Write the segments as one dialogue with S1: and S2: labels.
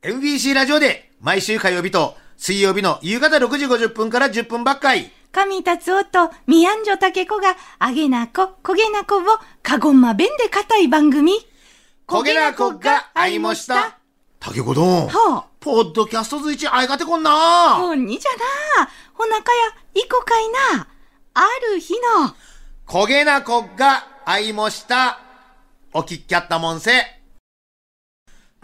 S1: MBC ラジオで毎週火曜日と水曜日の夕方6時50分から10分ばっかり。
S2: 神達夫とミヤンジョタケコが、あげなこ、こげなこを、かごんま弁で固い番組。
S1: 焦げなこが会いました。竹子どん。
S2: ほ
S1: ポッドキャストずいち会いがてこんな
S2: う、ほんにじゃな。ほなかや、いこかいな。ある日の、
S1: 焦げなこが会いました。お聞きやったもんせ。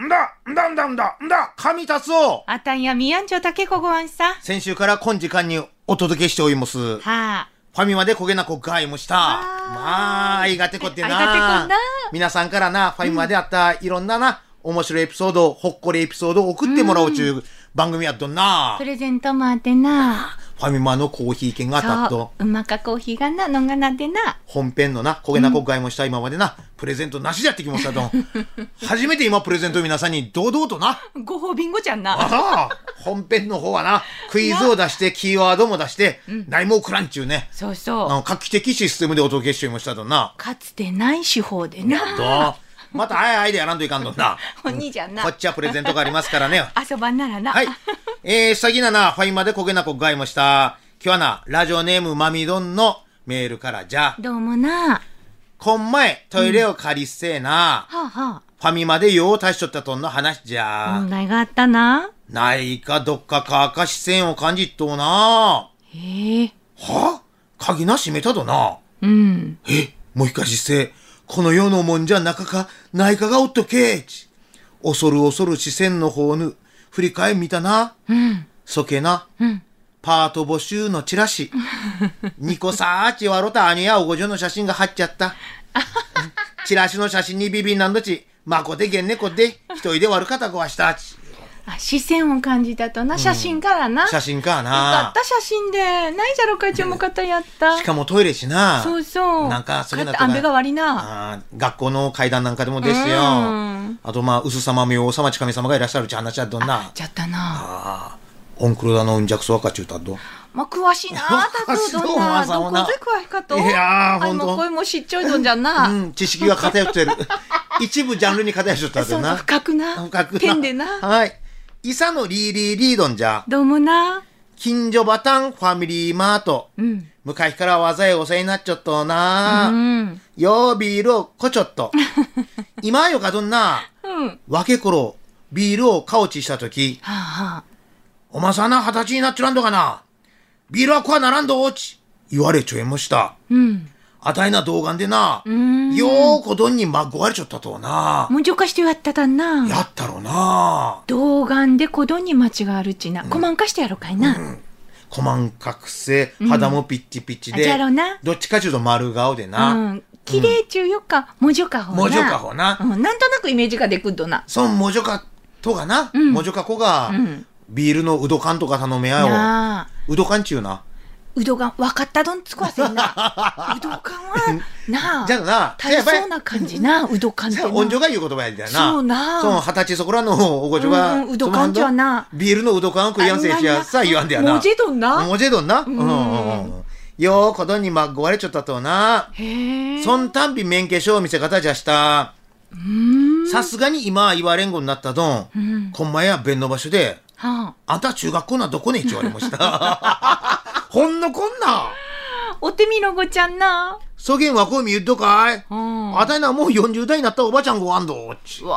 S1: んだ、んだんだんだ、んだ、神達夫。
S2: あたんやミヤンジョタケコごわんさ。
S1: 先週から今時間にお届けしております。フ
S2: はあ。
S1: ァミマで焦げなこが会いました。
S2: あー
S1: まあ、会いがてこってな。
S2: 会いがてこんな
S1: 皆さんからな、ファミマであったいろんなな、面白いエピソード、ほっこりエピソードを送ってもらおうちゅう番組やっとんな。
S2: プレゼントもあてな。
S1: ファミマのコーヒー券が当たっ
S2: そ
S1: と、
S2: う、うまかコーヒーがな、のんがなってな。
S1: 本編のな、焦げな国会もした今までな、プレゼントなしでやってきました と。初めて今プレゼントを皆さんに堂々とな、
S2: ご褒美んごちゃんな。
S1: ああ、本編の方はな、クイズを出して、キーワードも出して、何も食らんちゅうね、
S2: そう
S1: あ
S2: そう。
S1: の画期的システムでお届けしていましたとな。
S2: かつてない手法で
S1: や
S2: な。
S1: っと、またあいあいでやらんといかんのな。
S2: ほんにじゃ な
S1: こ。っちはプレゼントがありますからね。
S2: 遊ばんならな。
S1: はい。えー、詐欺なな、ファイマで焦げな国会もした。今日はな、ラジオネームまみどんのメールからじゃ。
S2: どうもな。
S1: こん前、トイレを借りっせえな。
S2: はあは
S1: ファミマで用を足しとったとんの話じゃ。
S2: あ。問題があったな。
S1: ないかどっかか赤視線を感じっとうな。
S2: へえ。
S1: は鍵な閉めたとな。
S2: うん。
S1: え、もひかしせ、この世のもんじゃ中か、ないかがおっとけち。恐る恐る視線の方ぬ、振り返みたな。
S2: うん。
S1: そけな。
S2: うん。
S1: パート募集のチラ シ。ニコさーちわろた兄やおごじょの写真が貼っちゃった。チラシの写真にビビンなんどち、まこでげんねこで、一人で悪かたこはしたち。
S2: あ、視線を感じたとな。写真からな。
S1: 写真か
S2: よか
S1: な
S2: っ。た写真で。ないじゃろかいちも方やった。
S1: しかもトイレしな。
S2: そうそう。
S1: なんかそれな
S2: か
S1: と
S2: っ
S1: な
S2: たあんべが悪いな。
S1: あー学校の階段なんかでもですよ。
S2: うん
S1: あと、まあ、薄様、明王様、近神様がいらっしゃるち話はどんな。
S2: ちゃったな。
S1: ああ、オンクロダのうんじゃくそわかちゅうたっど。
S2: まあ、詳し いな。たつど
S1: そう
S2: んな。ど
S1: お
S2: こ
S1: 前さんもな
S2: で詳しかと。
S1: いやーほんと
S2: あもう声も知っちょいどんじゃんな。
S1: うん、知識が偏ってる。 一部ジャンルに偏っちゃったんだ
S2: そ
S1: よ
S2: うそう、
S1: な。
S2: 深くな。
S1: 深くな
S2: 点でな。
S1: はい。イサのリーリーリードンじゃ、
S2: どうもな。
S1: 近所バタンファミリーマート。
S2: うん。
S1: 昔から技へお世話になっちょっと
S2: う
S1: な。
S2: ん。
S1: ようビールをこちょっ と。今よかどんな、
S2: うん。は
S1: 若け頃、ビールをカオチしたとき、
S2: あはあ。
S1: おまさんな二十歳になっちょらんどかな。ビールはこはならんどーち。言われちょいました。
S2: うん。
S1: あたいな童顔でな、
S2: うーん。
S1: ようこどんにまごわれちょったとな。
S2: もんじょかしてやっただん
S1: や
S2: な。
S1: ったろな。
S2: 童顔で子どんに間違あるちな。こまんかしてやろかいな。
S1: こまんかくせ、肌もピッチピチ
S2: あじ
S1: で、
S2: ゃろうな
S1: どっちかちゅうと丸顔で
S2: う
S1: な、
S2: ん。綺麗中よっか、もじょかほな。
S1: もじょかほな、
S2: うん。なんとなくイメージがでくっどな。
S1: そんもじょかとがな、
S2: ん
S1: もじょかこが、
S2: うん
S1: ビールのうどかんとか頼めあよ
S2: なあ。
S1: う。うどかんちゅうな。
S2: うどがわかったどんつくわ せんな。うどかんは、なあ。
S1: じゃあな、
S2: 大
S1: やっぱり
S2: そうな感じな、うどかんって
S1: じゃ
S2: な。
S1: あ、音女が言う言葉やでな。
S2: そうな
S1: その二十歳そこらのおごじょが、
S2: うんうんうどかんちゅうはな
S1: そのビールのうどかんを食いやんせいしやさ、言わんでやな。
S2: もじどんな。
S1: もじどんな。うん
S2: ん
S1: うんうん。ようことにまっごわれちょったとな。
S2: へえ。
S1: そんたんび免許証を見せ方じゃした。
S2: うん。
S1: さすがに今は言われんごになったどん。
S2: うん。
S1: こんまや弁の場所で、
S2: は
S1: あんた中学校などこねって言われました。ほんのこんな。
S2: あ。お手みのごちゃんな。
S1: そげんはこうみ言っとかい。
S2: うん。
S1: あたいなもう40代になったおばちゃんごあんど。ち
S2: わ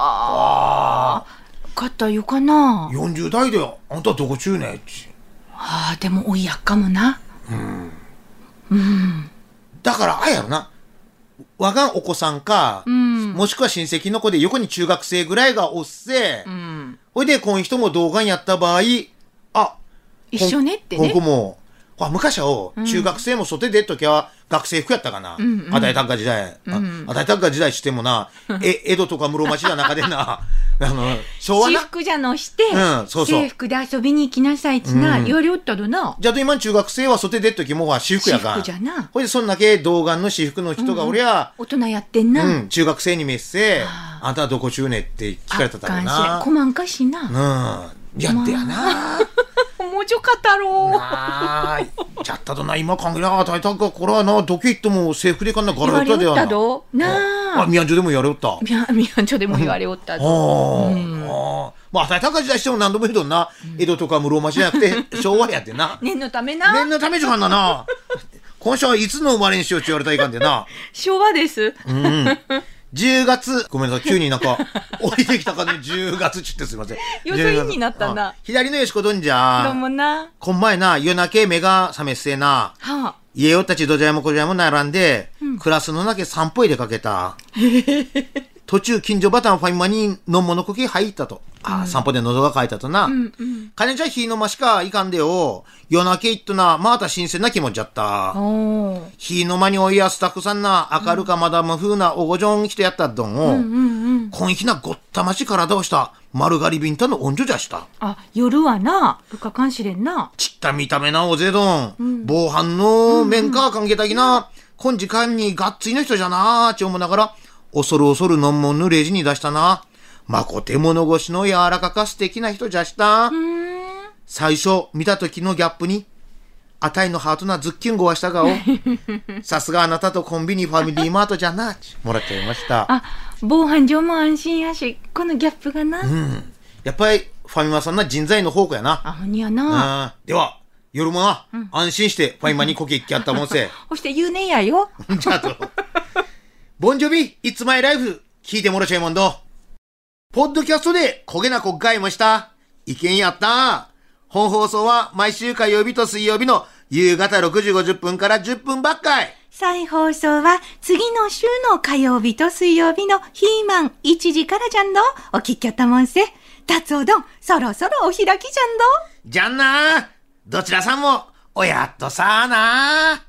S2: あ。かったよかな。
S1: 40代だよ。あんたどこ中ねち
S2: ああ、でもおいやっかもな。
S1: だから、あれやろな。我がお子さんか、
S2: ん
S1: もしくは親戚の子で横に中学生ぐらいがおっせ、
S2: うん。
S1: ほいで、こん人も童顔やった場合、あ、
S2: 一緒ねって
S1: こん子
S2: ね。
S1: も、あ昔はよ中学生も外でっときは学生服やったかな。
S2: んうん
S1: あたいたんか時代。あ
S2: ん
S1: あたいたんか時代してもな、 え、江戸とか室町の中でな、 あの、昭和
S2: 私
S1: な。
S2: 服じゃのして、
S1: うんそうそう
S2: 制服で遊びに行きなさいちな、
S1: うん
S2: 言われよったどな。
S1: じゃあと今の中学生は外でっときもは私服やか
S2: 私
S1: ん
S2: 服じ。ゃな。
S1: ほいで、そんだけ童顔の私服の人がおりゃ、
S2: 大人やってんな。
S1: うん、中学生にメッセ、
S2: あ
S1: あんたはどこ中ねって聞
S2: あ
S1: かれただろう
S2: かんしれんこ
S1: な。
S2: まんかしな。
S1: うん。やってやな。
S2: 思面白かったろう。
S1: あー、ちゃったとな、今考えなかった。たか、これはな、どけ行っても制服でいかんな、ガ
S2: 言
S1: ラ
S2: わ
S1: やっ
S2: れ
S1: たでや
S2: おった
S1: な。
S2: ろう。な
S1: あ、
S2: あ。
S1: ミヤンジョでもやれよった。
S2: みや、みやんちょでも言われおった
S1: ああ
S2: ぞ。
S1: ああまあ、たか時代しても何度も言うとんな、江戸とか室町じゃなくて、昭和やって な。
S2: 念のためな。
S1: 念のためじゃかんなな。今週はいつの生まれにしようって言われたらいかんでな。
S2: 昭和です。
S1: うんうん。10月、ごめんなさい、急になんか、降りてきたかね、10月ちってすいません。
S2: よそ
S1: 10
S2: い
S1: 月
S2: になったな
S1: あ左のよしこどんじ
S2: どう
S1: ゃ。
S2: もな。
S1: こんまいな、夜なけ目が覚めっせな。
S2: はあ。
S1: 家よったちどじゃやもこじゃやも並んで、クラスの中散歩へ出かけた。途中近所バターのファミマにのんものこき入ったと。あ、散歩で喉が渇いたとな。
S2: うんうん。
S1: 金じゃ火の間しかいかんでよ。夜なけいっとな、また新鮮な気持ちやった。
S2: おー
S1: 火の間においやすたくさんな、明るかまだ無風なおごじょん人やったどんを、
S2: うんうん。
S1: 今日なごったまし体をした、丸刈りビンタの温女じゃした。
S2: あ、夜はな、うかかんしれんな。
S1: ちった見た目なおぜどん。防犯の面か関係たきな。今時間にがっついの人じゃなあ、ち思いながら、恐る恐るのんもんぬレジに出したな。まこて物腰の柔らかか素敵な人じゃした。
S2: うーん。
S1: 最初見た時のギャップに、あたいのハートなズッキュンゴはした がお。さすがあなたとコンビニファミリーマートじゃなあ、ちもらっちゃいました。
S2: あ、防犯上も安心やし、このギャップがな。
S1: うん。やっぱり、ファミマさんな人材の宝庫やな。
S2: あ、ほんやな。
S1: うんでは、夜もな、安心してファミマにこけっきゃったもんせ。
S2: そして言うねんやよ。
S1: じゃあと。ボンジョビ、いつまいライフ、聞いてもらっちゃいもんど。ポッドキャストで焦げな国会もした。意見やった。本放送は毎週火曜日と水曜日の夕方6時50分から10分ばっかい。
S2: 再放送は次の週の火曜日と水曜日のヒーマン1時からじゃんど。お聞きやったもんせ。達おどん、そろそろお開きじゃんど。
S1: じゃんなどちらさんも、おやっとさあな